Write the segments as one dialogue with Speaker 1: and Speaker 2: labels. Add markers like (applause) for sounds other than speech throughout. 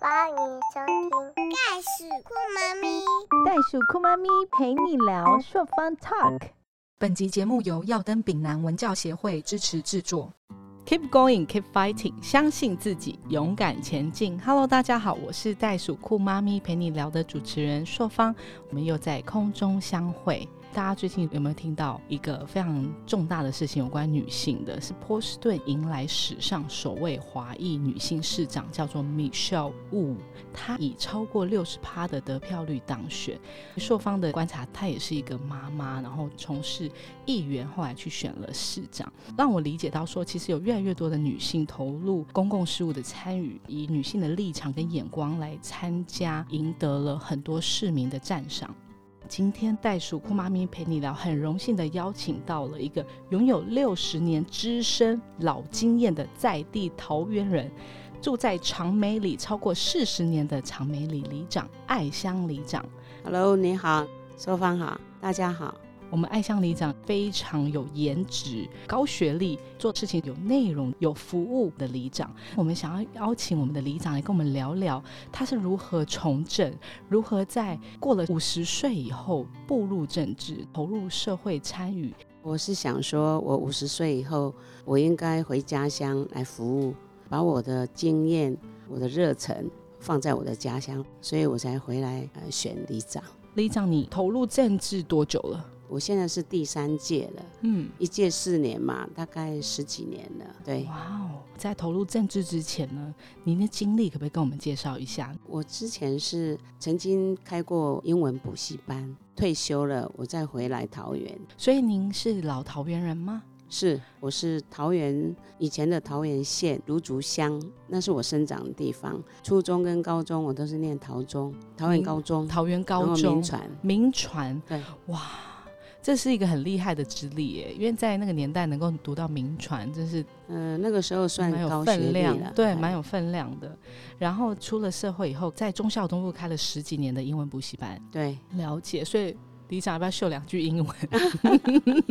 Speaker 1: 欢迎收听《盖世酷妈咪》。
Speaker 2: 袋鼠酷妈咪陪你聊朔方 Talk。
Speaker 3: 本集节目由耀登丙南文教协会支持制作。
Speaker 4: Keep going, keep fighting，相信自己，勇敢前进。Hello，大家好，我是袋鼠酷妈咪陪你聊的主持人硕芳，我们又在空中相会。大家最近有没有听到一个非常重大的事情，有关女性的？是波士顿迎来史上首位华裔女性市长，叫做 Michelle Wu，她以超过六十趴的得票率当选。硕芳的观察，她也是一个妈妈，然后从事议员，后来去选了市长。让我理解到说，其实有越来越多的女性投入公共事务的参与，以女性的立场跟眼光来参加，赢得了很多市民的赞赏。今天袋鼠酷妈咪陪你聊，很荣幸的邀请到了一个拥有六十年资深老经验的在地桃园人，住在长美里超过四十年的长美里里长艾香里长。
Speaker 5: Hello，你好，收芳好，大家好。
Speaker 4: 我们爱香里长非常有颜值、高学历，做事情有内容、有服务的里长。我们想要邀请我们的里长来跟我们聊聊，他是如何从政，如何在过了五十岁以后步入政治，投入社会参与。
Speaker 5: 我是想说，我五十岁以后，我应该回家乡来服务，把我的经验、我的热忱放在我的家乡，所以我才回来呃选里长。
Speaker 4: 里长，你投入政治多久了？
Speaker 5: 我现在是第三届了，
Speaker 4: 嗯，
Speaker 5: 一届四年嘛，大概十几年了。对
Speaker 4: 哇哦，在投入政治之前呢，您的经历可不可以跟我们介绍一下？
Speaker 5: 我之前是曾经开过英文补习班，退休了，我再回来桃园。
Speaker 4: 所以您是老桃园人吗？
Speaker 5: 是，我是桃园以前的桃园县芦竹乡，那是我生长的地方。初中跟高中我都是念桃中，桃
Speaker 4: 嗯
Speaker 5: 园高中，
Speaker 4: 桃园
Speaker 5: 然
Speaker 4: 高
Speaker 5: 后
Speaker 4: 中
Speaker 5: 民。传。
Speaker 4: 名传，
Speaker 5: 对，
Speaker 4: 哇，这是一个很厉害的资历耶，因为在那个年代能够读到名传，真是
Speaker 5: 嗯、那个时候算
Speaker 4: 蛮有
Speaker 5: 高学
Speaker 4: 分
Speaker 5: 历
Speaker 4: 量
Speaker 5: 了，，
Speaker 4: 对，
Speaker 5: 哎
Speaker 4: 蛮有分量的。然后出了社会以后，在忠孝东路开了十几年的英文补习班，
Speaker 5: 对。
Speaker 4: 了解，所以。李长要不要秀两句英文？ (laughs)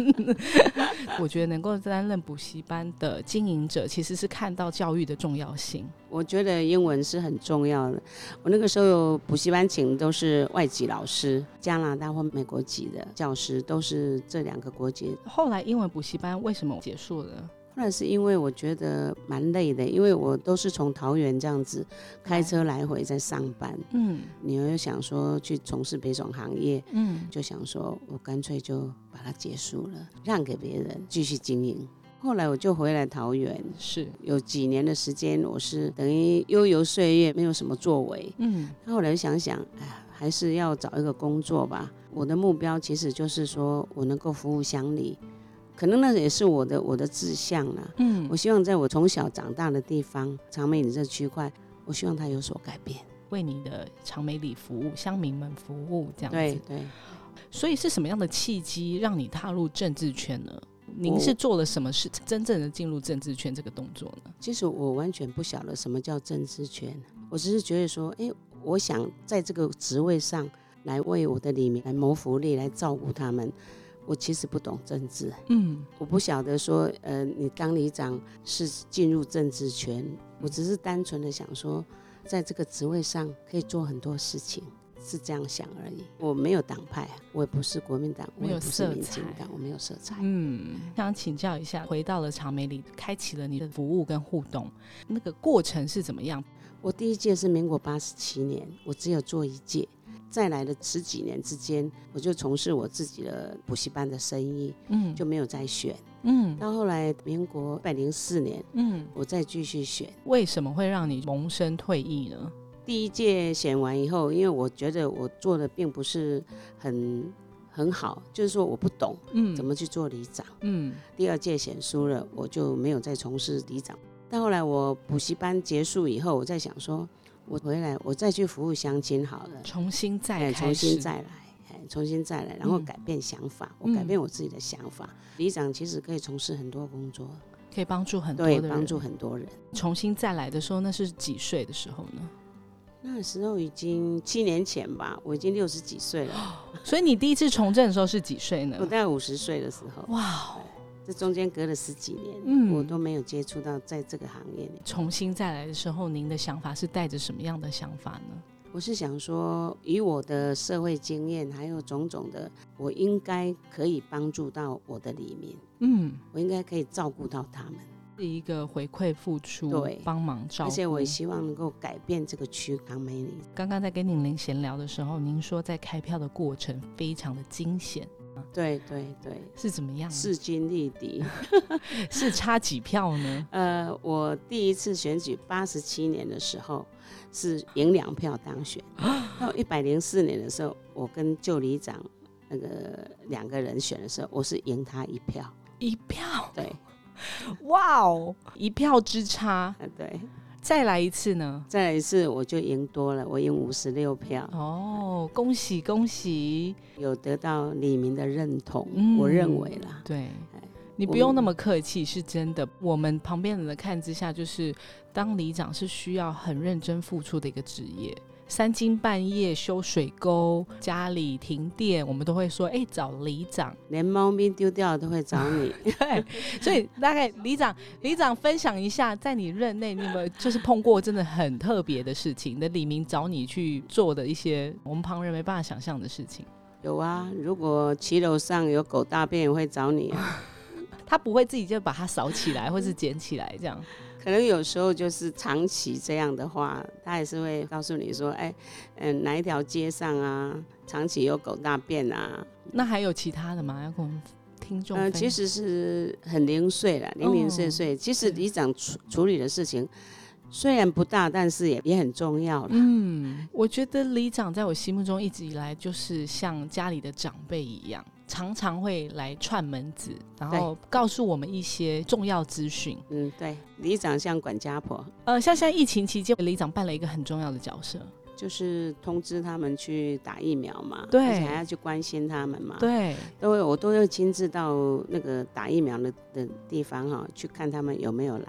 Speaker 4: 我觉得能够担任补习班的经营者，其实是看到教育的重要性。
Speaker 5: 我觉得英文是很重要的。我那个时候补习班请的都是外籍老师，加拿大或美国籍的教师，都是这两个国籍
Speaker 4: 后来英文补习班为什么结束了？
Speaker 5: 后来是因为我觉得蛮累的，因为我都是从桃园这样子开车来回在上班，
Speaker 4: 嗯
Speaker 5: 你又想说去从事别种行业，
Speaker 4: 嗯，
Speaker 5: 就想说我干脆就把它结束了，让给别人继续经营。后来我就回来桃园，
Speaker 4: 是，
Speaker 5: 有几年的时间，我是等于悠游岁月，没有什么作为。
Speaker 4: 嗯
Speaker 5: 后来想想，哎，还是要找一个工作吧。我的目标其实就是说我能够服务乡里，可能那也是我的我的志向啦。
Speaker 4: 嗯
Speaker 5: 我希望在我从小长大的地方，长美里这区块，我希望它有所改变。
Speaker 4: 为你的长美里服务、乡民们服务这样
Speaker 5: 对
Speaker 4: 子。
Speaker 5: 对，
Speaker 4: 所以是什么样的契机让你踏入政治圈呢？您
Speaker 5: 我
Speaker 4: 是做了什么事，真正的进入政治圈这个动作呢？
Speaker 5: 其实我完全不晓得什么叫政治权，我只是觉得说，哎，我想在这个职位上来为我的里民来谋福利，来照顾他们。我其实不懂政治，
Speaker 4: 嗯，
Speaker 5: 我不晓得说，呃，你当里长是进入政治圈，我只是单纯的想说，在这个职位上可以做很多事情，是这样想而已。我没有党派，我也不是国民党，我
Speaker 4: 没
Speaker 5: 也
Speaker 4: 有
Speaker 5: 不是
Speaker 4: 色
Speaker 5: 民
Speaker 4: 彩
Speaker 5: 进党，我没有色彩。
Speaker 4: 嗯，想请教一下，回到了长美里，开启了你的服务跟互动，那个过程是怎么样？
Speaker 5: 我第一届是民国八十七年，我只有做一届。再来的十几年之间，我就从事我自己的补习班的生意，
Speaker 4: 嗯，
Speaker 5: 就没有再选。
Speaker 4: 嗯
Speaker 5: 到后来民国百零四年，
Speaker 4: 嗯，
Speaker 5: 我再继续选。
Speaker 4: 为什么会让你萌生退役呢？
Speaker 5: 第一届选完以后，因为我觉得我做的并不是很很好，就是说我不懂
Speaker 4: 嗯
Speaker 5: 怎么去做里长。
Speaker 4: 嗯
Speaker 5: 第二届选输了，我就没有再从事里长。但后来我补习班结束以后，我在想说，我回来我再去服务乡亲好了。
Speaker 4: 重新再
Speaker 5: 哎，
Speaker 4: 开
Speaker 5: 重
Speaker 4: 始？
Speaker 5: 新再来，哎，重新再来，然后
Speaker 4: 嗯
Speaker 5: 改变想法，
Speaker 4: 嗯
Speaker 5: 我改变我自己的想法。里长其实可以从事很多工作，
Speaker 4: 可以帮助很多的
Speaker 5: 对，
Speaker 4: 人。
Speaker 5: 帮助很多人。
Speaker 4: 重新再来的时候，那是几岁的时候呢？
Speaker 5: 那时候已经七年前吧，我已经六十几岁了，
Speaker 4: 哦所以你第一次从政的时候是几岁呢？
Speaker 5: 我大概五十岁的时候，
Speaker 4: 哇哦，
Speaker 5: 这中间隔了十几年，
Speaker 4: 嗯
Speaker 5: 我都没有接触到在这个行业里。
Speaker 4: 重新再来的时候，您的想法是带着什么样的想法呢？
Speaker 5: 我是想说，以我的社会经验还有种种的，我应该可以帮助到我的里面，
Speaker 4: 嗯，
Speaker 5: 我应该可以照顾到他们，
Speaker 4: 是一个回馈付出，
Speaker 5: 对
Speaker 4: 帮忙照顾。
Speaker 5: 而且我也希望能够改变这个区康美里。
Speaker 4: 刚刚在跟您零闲聊的时候，您说在开票的过程非常的惊险，
Speaker 5: 对对对，
Speaker 4: 是怎么样呢？
Speaker 5: 势均力敌。 (laughs)
Speaker 4: 是差几票呢？
Speaker 5: 呃，我第一次选举八十七年的时候是赢两票当选，
Speaker 4: 啊
Speaker 5: 到一百零四年的时候，我跟旧里长那个两个人选的时候，我是赢他一票。
Speaker 4: 一票， (laughs)
Speaker 5: 对，
Speaker 4: 哇哦，一票之差，
Speaker 5: 呃对，
Speaker 4: 再来一次呢？
Speaker 5: 再来一次我就赢多了，我赢五十六票，
Speaker 4: 哦，恭喜恭喜！
Speaker 5: 有得到李明的认同，
Speaker 4: 嗯
Speaker 5: 我认为啦。
Speaker 4: 对，你
Speaker 5: 我
Speaker 4: 不用那么客气，是真的。我们旁边人的看之下，就是当里长是需要很认真付出的一个职业。三更半夜修水沟，家里停电，我们都会说：“哎、找里长。 (laughs)
Speaker 5: 连猫咪丢掉了都会找你，”
Speaker 4: 所以大概里长，里长分享一下，在你任内，你有没有就是碰过真的很特别的事情？那李明找你去做的一些我们旁人没办法想象的事情，
Speaker 5: 有啊。如果骑楼上有狗大便，也会找你啊。
Speaker 4: 他不会自己就把它扫起来，或是捡起来这样。
Speaker 5: 可能有时候就是长期这样的话，他也是会告诉你说，哎，嗯，哪一条街上啊，长期有狗大便啊，
Speaker 4: 那还有其他的吗？要跟我们听众
Speaker 5: 呃，
Speaker 4: 分享？
Speaker 5: 其实是很零碎了，零零碎碎。其实
Speaker 4: 哦对
Speaker 5: 里长处处理的事情虽然不大，但是也也很重要了。
Speaker 4: 嗯，我觉得里长在我心目中一直以来就是像家里的长辈一样，常常会来串门子，然后告诉我们一些重要资讯。
Speaker 5: 嗯，对，里长像管家婆，
Speaker 4: 呃，像现在疫情期间，里长扮了一个很重要的角色。
Speaker 5: 就是通知他们去打疫苗嘛，
Speaker 4: 对
Speaker 5: 而且还要去关心他们嘛，，
Speaker 4: 对，
Speaker 5: 都会我都会亲自到那个打疫苗的的地方哈、去看他们有没有来。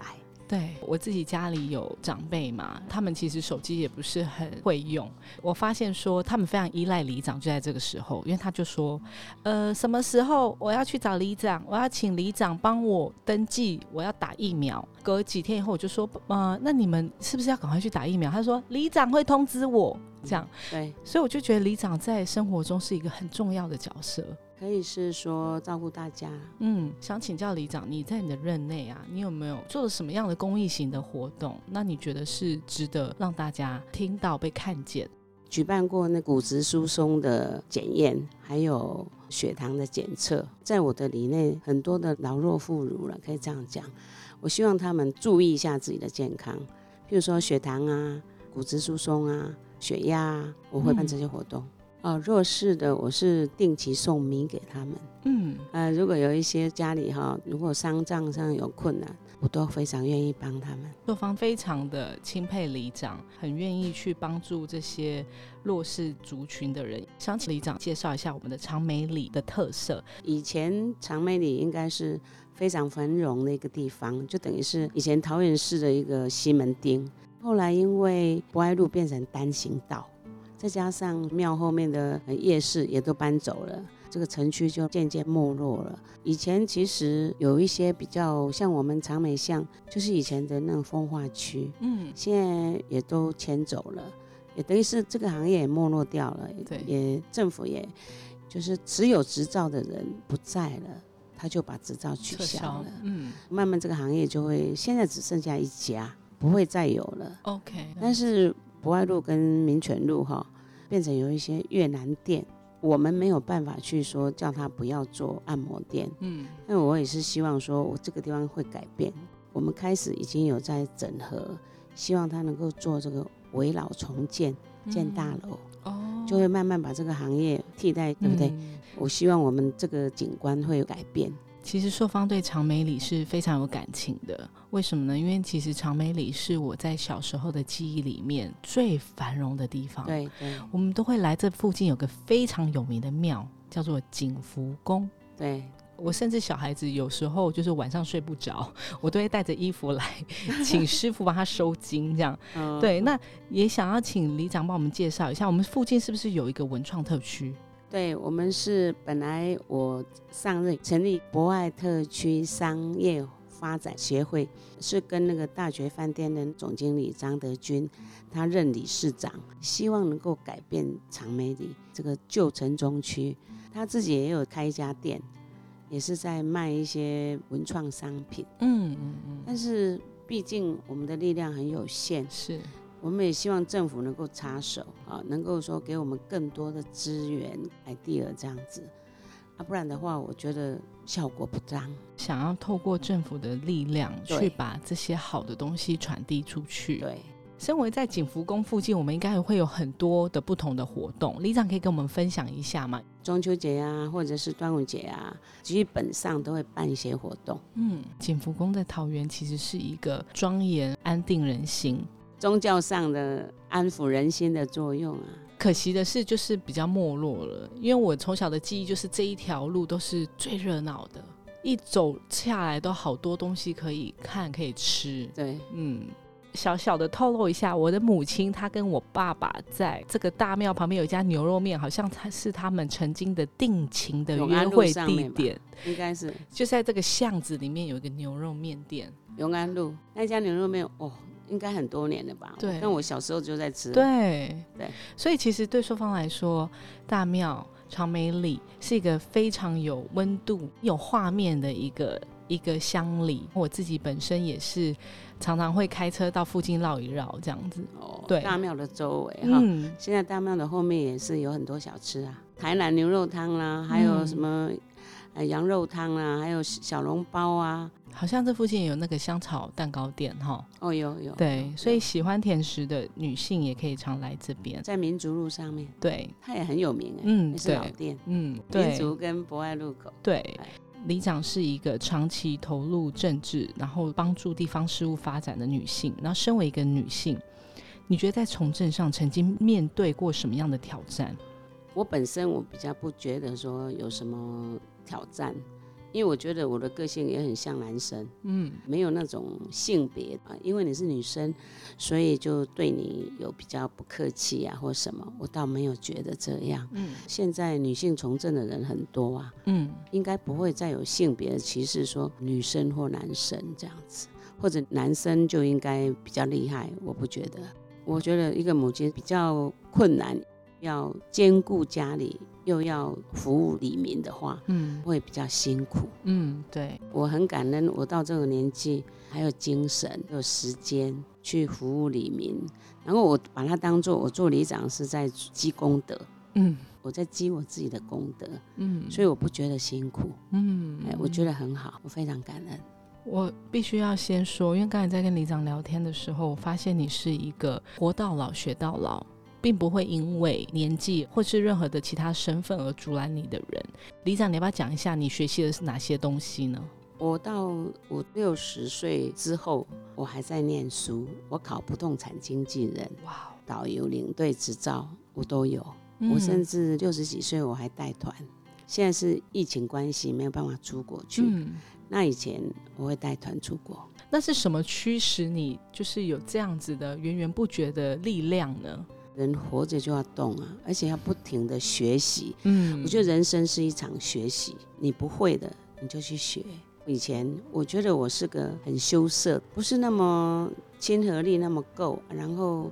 Speaker 4: 对我自己家里有长辈嘛，他们其实手机也不是很会用。我发现说他们非常依赖里长，就在这个时候，因为他就说，呃，什么时候我要去找里长，我要请里长帮我登记，我要打疫苗。隔几天以后，我就说，呃，那你们是不是要赶快去打疫苗？他说里长会通知我，这样，
Speaker 5: 对，
Speaker 4: 所以我就觉得里长在生活中是一个很重要的角色。
Speaker 5: 可以是说照顾大家。
Speaker 4: 嗯，想请教里长，你在你的任内啊，你有没有做了什么样的公益型的活动？那你觉得是值得让大家听到、被看见？
Speaker 5: 举办过那骨质疏松的检验，还有血糖的检测。在我的理念，很多的老弱妇孺了，可以这样讲。我希望他们注意一下自己的健康，譬如说血糖啊、骨质疏松啊、血压啊，我会办这些活动。哦，弱势的我是定期送米给他们。
Speaker 4: 嗯，
Speaker 5: 呃，如果有一些家里哈、如果丧葬上有困难，我都非常愿意帮他们。
Speaker 4: 若芳非常的钦佩里长，很愿意去帮助这些弱势族群的人。想请里长介绍一下我们的长美里的特色。
Speaker 5: 以前长美里应该是非常繁荣的一个地方，就等于是以前桃园市的一个西门町。后来因为博爱路变成单行道，再加上庙后面的呃夜市也都搬走了，这个城区就渐渐没落了。以前其实有一些比较像我们长美巷，就是以前的那种风化区，
Speaker 4: 嗯，
Speaker 5: 现在也都迁走了，也等于是这个行业也没落掉了。
Speaker 4: 对
Speaker 5: 也政府也就是持有执照的人不在了，他就把执照取
Speaker 4: 撤
Speaker 5: 消
Speaker 4: 销
Speaker 5: 了。。
Speaker 4: 嗯
Speaker 5: 慢慢这个行业就会现在只剩下一家，不会再有了。
Speaker 4: ，OK。
Speaker 5: 但是博爱路跟民权路哈、变成有一些越南店，我们没有办法去说叫他不要做按摩店，
Speaker 4: 嗯，
Speaker 5: 那我也是希望说，我这个地方会改变。我们开始已经有在整合，希望它能够做这个围老重建，建大楼，
Speaker 4: 嗯哦
Speaker 5: 就会慢慢把这个行业替代，对不对？
Speaker 4: 嗯
Speaker 5: 我希望我们这个景观会有改变。
Speaker 4: 其实硕芳对长美里是非常有感情的，为什么呢？因为其实长美里是我在小时候的记忆里面最繁荣的地方。，
Speaker 5: 对对
Speaker 4: 我们都会来这附近有个非常有名的庙，叫做景福宫。
Speaker 5: 对，
Speaker 4: 我甚至小孩子有时候就是晚上睡不着，我都会带着衣服 (laughs) 来，请师傅帮他收惊，这样。
Speaker 5: 嗯
Speaker 4: 对，那也想要请里长帮我们介绍一下，我们附近是不是有一个文创特区？
Speaker 5: 对我们是本来我上任成立博爱特区商业发展协会，是跟那个大学饭店的总经理张德军，他任理事长，希望能够改变长美里这个旧城中区。他自己也有开一家店，也是在卖一些文创商品，
Speaker 4: 嗯嗯嗯，
Speaker 5: 但是毕竟我们的力量很有限，
Speaker 4: 是
Speaker 5: 我们也希望政府能够插手啊，能够说给我们更多的资源、idea 这样子，啊，不然的话，我觉得效果不彰。
Speaker 4: 想要透过政府的力量
Speaker 5: 对
Speaker 4: 去把这些好的东西传递出去。
Speaker 5: 对，
Speaker 4: 身为在景福宫附近，我们应该也会有很多的不同的活动。李长可以跟我们分享一下吗？
Speaker 5: 中秋节啊，或者是端午节啊，基本上都会办一些活动。
Speaker 4: 嗯，景福宫在桃园其实是一个庄严、安定人心。
Speaker 5: 宗教上的安抚人心的作用啊，
Speaker 4: 可惜的是，就是比较没落了。因为我从小的记忆就是这一条路都是最热闹的，一走下来都好多东西可以看、可以吃。
Speaker 5: 对，
Speaker 4: 嗯，小小的透露一下，我的母亲她跟我爸爸在这个大庙旁边有一家牛肉面，好像它是他们曾经的定情的
Speaker 5: 永
Speaker 4: 约
Speaker 5: 安路
Speaker 4: 会
Speaker 5: 上
Speaker 4: 地
Speaker 5: 面吧
Speaker 4: 点，
Speaker 5: 应该是
Speaker 4: 就在这个巷子里面有一个牛肉面店。
Speaker 5: 永安路那家牛肉面哦，应该很多年了吧？
Speaker 4: 对
Speaker 5: 我跟我小时候就在吃。，
Speaker 4: 对
Speaker 5: 对，
Speaker 4: 所以其实对双方来说，大庙长美里是一个非常有温度、有画面的一个一个乡里。我自己本身也是常常会开车到附近绕一绕这样子。
Speaker 5: 哦，
Speaker 4: 对
Speaker 5: 大庙的周围哈、
Speaker 4: 嗯，
Speaker 5: 现在大庙的后面也是有很多小吃啊，台南牛肉汤啦，还有
Speaker 4: 嗯
Speaker 5: 什么、呃羊肉汤啦，还有小笼包啊，
Speaker 4: 好像这附近也有那个香草蛋糕店哈。
Speaker 5: 哦有有。
Speaker 4: 对，所以
Speaker 5: 有
Speaker 4: 喜欢甜食的女性也可以常来这边。
Speaker 5: 在民族路上面，
Speaker 4: 对，
Speaker 5: 它嗯也很有名哎、
Speaker 4: 嗯
Speaker 5: 也是老
Speaker 4: 对
Speaker 5: 店，
Speaker 4: 嗯，对
Speaker 5: 民，族跟博爱路口。
Speaker 4: 对
Speaker 5: 哎，
Speaker 4: 里长是一个长期投入政治，然后帮助地方事务发展的女性。然后，身为一个女性，你觉得在从政上曾经面对过什么样的挑战？
Speaker 5: 我本身我比较不觉得说有什么挑战，因为我觉得我的个性也很像男生，
Speaker 4: 嗯，
Speaker 5: 没有那种性别啊，因为你是女生，所以就对你有比较不客气啊或什么，我倒没有觉得这样。嗯，现在女性从政的人很多啊，
Speaker 4: 嗯，
Speaker 5: 应该不会再有性别的歧视，说女生或男生这样子，或者男生就应该比较厉害，我不觉得。我觉得一个母亲比较困难，要兼顾家里又要服务里民的话，
Speaker 4: 嗯
Speaker 5: 会比较辛苦。
Speaker 4: 嗯，对，
Speaker 5: 我很感恩，我到这个年纪还有精神、还有时间去服务里民。然后我把它当做我做里长是在积功德，
Speaker 4: 嗯
Speaker 5: 我在积我自己的功德，
Speaker 4: 嗯
Speaker 5: 所以我不觉得辛苦，
Speaker 4: 嗯
Speaker 5: 哎，我觉得很好，我非常感恩。
Speaker 4: 我必须要先说，因为刚才在跟李长聊天的时候，我发现你是一个活到老学到老，并不会因为年纪或是任何的其他身份而阻拦你的人。李长，你要不要讲一下你学习的是哪些东西呢？
Speaker 5: 我到我六十岁之后，我还在念书，我考不动产经纪人、
Speaker 4: 哇，
Speaker 5: 导游领队执照，我都有。我
Speaker 4: 嗯
Speaker 5: 甚至六十几岁我还带团。现在是疫情关系，没有办法出国去。
Speaker 4: 嗯，
Speaker 5: 那以前我会带团出国，
Speaker 4: 那是什么驱使你就是有这样子的源源不绝的力量呢？
Speaker 5: 人活着就要动啊，而且要不停的学习。
Speaker 4: 嗯
Speaker 5: 我觉得人生是一场学习，你不会的你就去学。以前我觉得我是个很羞涩，不是那么亲和力那么够，然后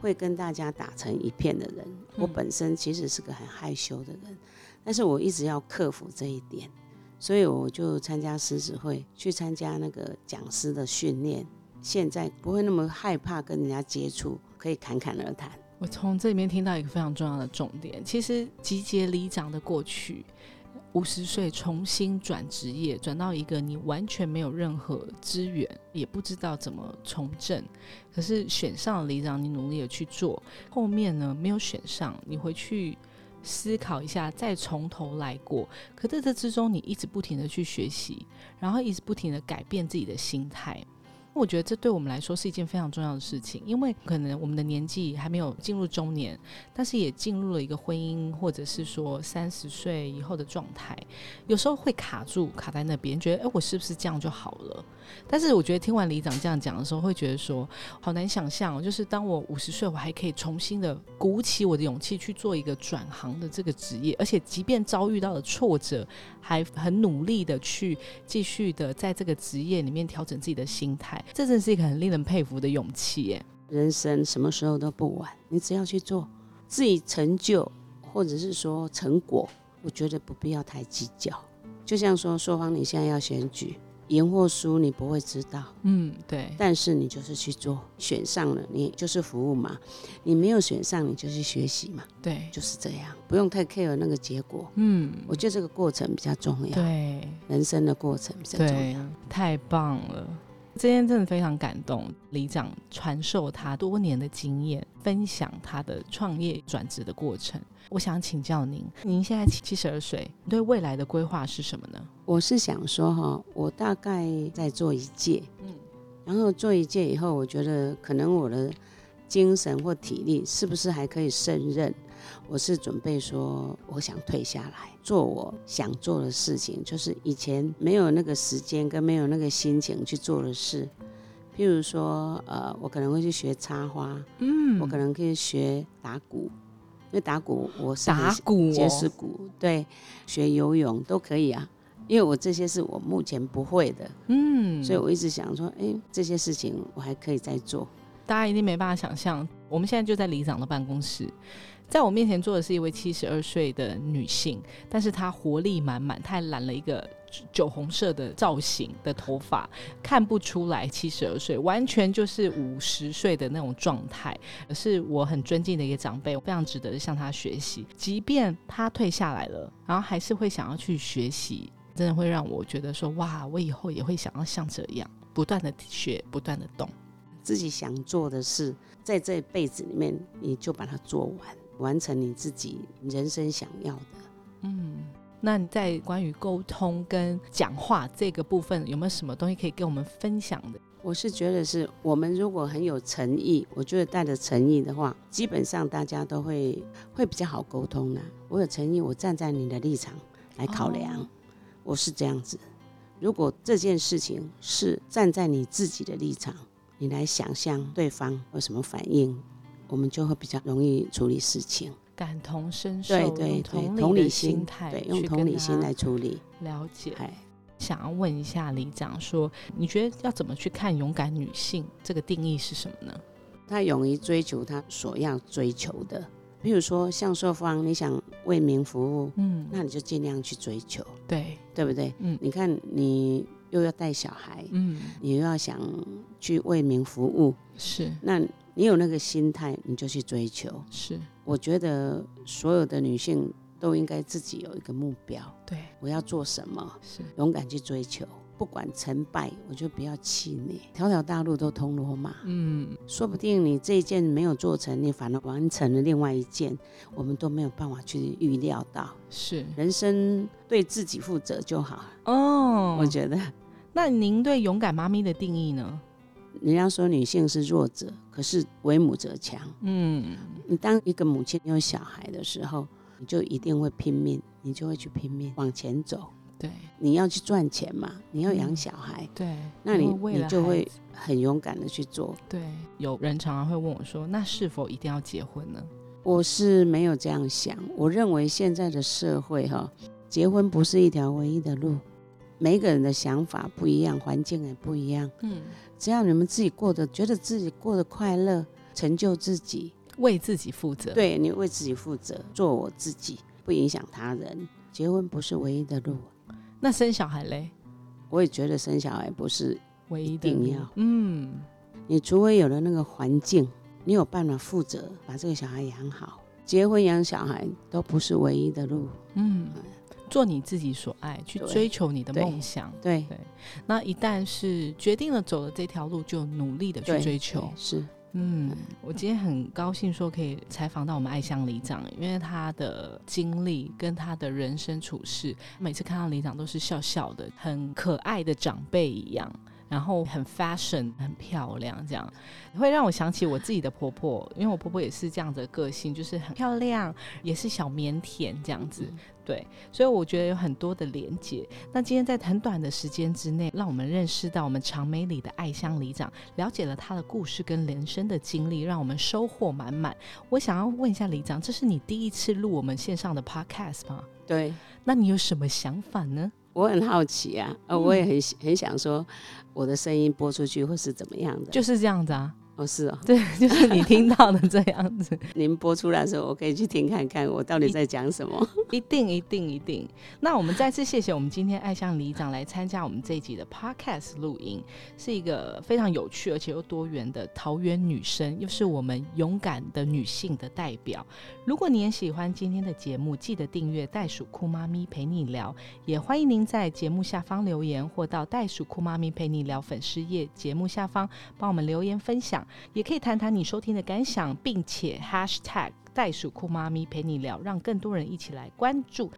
Speaker 5: 会跟大家打成一片的人。我本身其实是个很害羞的人，但是我一直要克服这一点，所以我就参加狮子会，去参加那个讲师的训练。现在不会那么害怕跟人家接触，可以侃侃而谈。
Speaker 4: 我从这里面听到一个非常重要的重点，其实集结里长的过去，五十岁重新转职业，转到一个你完全没有任何资源，也不知道怎么从政，可是选上了里长，你努力的去做，后面呢没有选上，你回去。思考一下，再从头来过。可在这之中，你一直不停的去学习，然后一直不停的改变自己的心态。我觉得这对我们来说是一件非常重要的事情，因为可能我们的年纪还没有进入中年，但是也进入了一个婚姻或者是说三十岁以后的状态，有时候会卡住，卡在那边，觉得哎，我是不是这样就好了？但是我觉得听完里长这样讲的时候，会觉得说好难想象、哦，就是当我五十岁，我还可以重新的鼓起我的勇气去做一个转行的这个职业，而且即便遭遇到了挫折，还很努力的去继续的在这个职业里面调整自己的心态，这真是一个很令人佩服的勇气耶。
Speaker 5: 人生什么时候都不晚，你只要去做，自己成就或者是说成果，我觉得不必要太计较。就像说说方，你现在要选举，赢或输你不会知道，
Speaker 4: 嗯，对，
Speaker 5: 但是你就是去做，选上了你就是服务嘛，你没有选上你就去学习嘛，
Speaker 4: 对，
Speaker 5: 就是这样，不用太 care 那个结果。
Speaker 4: 嗯，
Speaker 5: 我觉得这个过程比较重要，
Speaker 4: 对，
Speaker 5: 人生的过程比较重要。
Speaker 4: 对，太棒了！今天真的非常感动，李长传授他多年的经验，分享他的创业转职的过程。我想请教您，您现在七十二岁，你对未来的规划是什么呢？
Speaker 5: 我是想说哈，我大概再做一届，嗯，然后做一届以后，我觉得可能我的精神或体力是不是还可以胜任？我是准备说，我想退下来，做我想做的事情，就是以前没有那个时间跟没有那个心情去做的事。譬如说，呃，我可能会去学插花，
Speaker 4: 嗯
Speaker 5: 我可能可以学打鼓，因为打鼓我是很
Speaker 4: 打鼓、哦
Speaker 5: 结石鼓，对，学游泳都可以啊。因为我这些是我目前不会的，
Speaker 4: 嗯，
Speaker 5: 所以我一直想说，哎，这些事情我还可以再做。
Speaker 4: 大家一定没办法想象，我们现在就在里长的办公室，在我面前坐的是一位七十二岁的女性，但是她活力满满，她还染了一个酒红色的造型的头发，看不出来七十二岁，完全就是五十岁的那种状态，是我很尊敬的一个长辈，我非常值得向她学习。即便她退下来了，然后还是会想要去学习，真的会让我觉得说，哇，我以后也会想要像这样，不断的学，不断的动。
Speaker 5: 自己想做的事，在这辈子里面，你就把它做完，完成你自己人生想要的。
Speaker 4: 嗯，那你在关于沟通跟讲话这个部分，有没有什么东西可以跟我们分享的？
Speaker 5: 我是觉得是我们如果很有诚意，我觉得带着诚意的话，基本上大家都会会比较好沟通啦、我有诚意，我站在你的立场来考量，
Speaker 4: 哦
Speaker 5: 我是这样子。如果这件事情是站在你自己的立场，你来想象对方有什么反应，我们就会比较容易处理事情。
Speaker 4: 感同身受，
Speaker 5: 对对
Speaker 4: 用
Speaker 5: 对，
Speaker 4: 同
Speaker 5: 同
Speaker 4: 理
Speaker 5: 理
Speaker 4: 的
Speaker 5: 心，
Speaker 4: 态，
Speaker 5: 对，用同理心来处理。
Speaker 4: 了解。
Speaker 5: 哎，
Speaker 4: 想要问一下李长说，你觉得要怎么去看勇敢女性这个定义是什么呢？
Speaker 5: 他勇于追求他所要追求的。比如说，像受方，你想为民服务，
Speaker 4: 嗯，
Speaker 5: 那你就尽量去追求，
Speaker 4: 对，
Speaker 5: 对不对？
Speaker 4: 嗯
Speaker 5: 你看你又要带小孩，
Speaker 4: 嗯，
Speaker 5: 你又要想去为民服务，
Speaker 4: 是
Speaker 5: 那你有那个心态，你就去追求。
Speaker 4: 是，
Speaker 5: 我觉得所有的女性都应该自己有一个目标，
Speaker 4: 对
Speaker 5: 我要做什么，
Speaker 4: 是，
Speaker 5: 勇敢去追求。不管成败，我就不要气馁。条条大路都通罗马，
Speaker 4: 嗯，
Speaker 5: 说不定你这一件没有做成，你反而完成了另外一件，我们都没有办法去预料到。
Speaker 4: 是
Speaker 5: 人生对自己负责就好了，
Speaker 4: 哦
Speaker 5: 我。觉得。
Speaker 4: 那您对勇敢妈咪的定义呢？
Speaker 5: 人家说女性是弱者，可是为母则强。
Speaker 4: 嗯，
Speaker 5: 你当一个母亲有小孩的时候，你就一定会拼命，你就会去拼命往前走。
Speaker 4: 对
Speaker 5: 你要去赚钱嘛，你要养
Speaker 4: 嗯
Speaker 5: 小孩，
Speaker 4: 对，
Speaker 5: 那你
Speaker 4: 因为为
Speaker 5: 你
Speaker 4: 了
Speaker 5: 就
Speaker 4: 孩
Speaker 5: 会
Speaker 4: 子
Speaker 5: 很勇敢的去做。
Speaker 4: 对，有人常常会问我说：“那是否一定要结婚呢
Speaker 5: 我是没有这样想，我认为现在的社会哈、结婚不是一条唯一的路，每一个人的想法不一样，环境也不一样。？”
Speaker 4: 嗯，
Speaker 5: 只要你们自己过得觉得自己过得快乐，成就自己，
Speaker 4: 为自己负责。，
Speaker 5: 对你为自己负责，做我自己，不影响他人。结婚不是唯一的路，
Speaker 4: 那生小孩嘞，
Speaker 5: 我也觉得生小孩不是，
Speaker 4: 唯
Speaker 5: 一
Speaker 4: 一的
Speaker 5: 定
Speaker 4: 路
Speaker 5: 要
Speaker 4: 嗯，
Speaker 5: 你除非有了那个环境，你有办法负责把这个小孩养好。结婚养小孩都不是唯一的路，
Speaker 4: 嗯，做你自己所爱，去
Speaker 5: 对
Speaker 4: 追求你的
Speaker 5: 对
Speaker 4: 梦想。
Speaker 5: 对，
Speaker 4: 那一旦是决定了走了这条路，就努力的去
Speaker 5: 对
Speaker 4: 追求
Speaker 5: 对。是。
Speaker 4: 嗯，我今天很高兴说可以采访到我们爱香里长，因为他的经历跟他的人生处事，每次看到里长都是笑笑的，很可爱的长辈一样。然后很 fashion，很漂亮，这样会让我想起我自己的婆婆，因为我婆婆也是这样子的个性，就是很漂亮，也是小腼腆这样子。对，所以我觉得有很多的连结。那今天在很短的时间之内，让我们认识到我们长美里的爱乡里长，了解了他的故事跟人生的经历，让我们收获满满。我想要问一下里长，这是你第一次录我们线上的 podcast 吗？
Speaker 5: 对
Speaker 4: 那你有什么想法呢？
Speaker 5: 我很好奇啊，
Speaker 4: 嗯
Speaker 5: 呃，我也很很想说我的声音播出去会是怎么样的。
Speaker 4: 就是这样子啊，
Speaker 5: 哦，是哦，
Speaker 4: 对，就是你听到的这样子，
Speaker 5: 您播出来的时候，我可以去听看看我到底在讲
Speaker 4: (laughs)
Speaker 5: 什么。
Speaker 4: 一定一定一定。那我们再次谢谢我们今天爱向里长来参加我们这一集的 podcast 录音，是一个非常有趣而且又多元的桃园女生，又是我们勇敢的女性的代表。如果你也喜欢今天的节目，记得订阅袋鼠酷妈咪陪你聊，也欢迎您在节目下方留言，或到袋鼠酷妈咪陪你聊粉丝页节目下方帮我们留言分享。也可以谈谈你收听的感想，并且 hashtag 袋鼠酷妈咪陪你聊，让更多人一起来关注。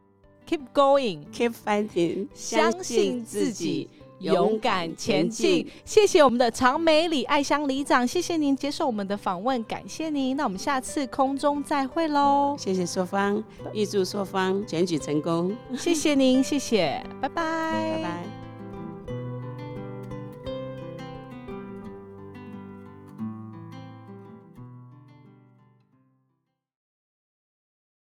Speaker 4: Keep going，
Speaker 5: Keep fighting，
Speaker 4: 相信自己，勇敢前进。。谢谢我们的长美里爱乡里长，谢谢您接受我们的访问，感谢您。那我们下次空中再会喽，
Speaker 5: 谢谢硕芳，预祝硕芳选举成功，
Speaker 4: 谢谢您，谢谢，拜拜，
Speaker 5: 拜拜。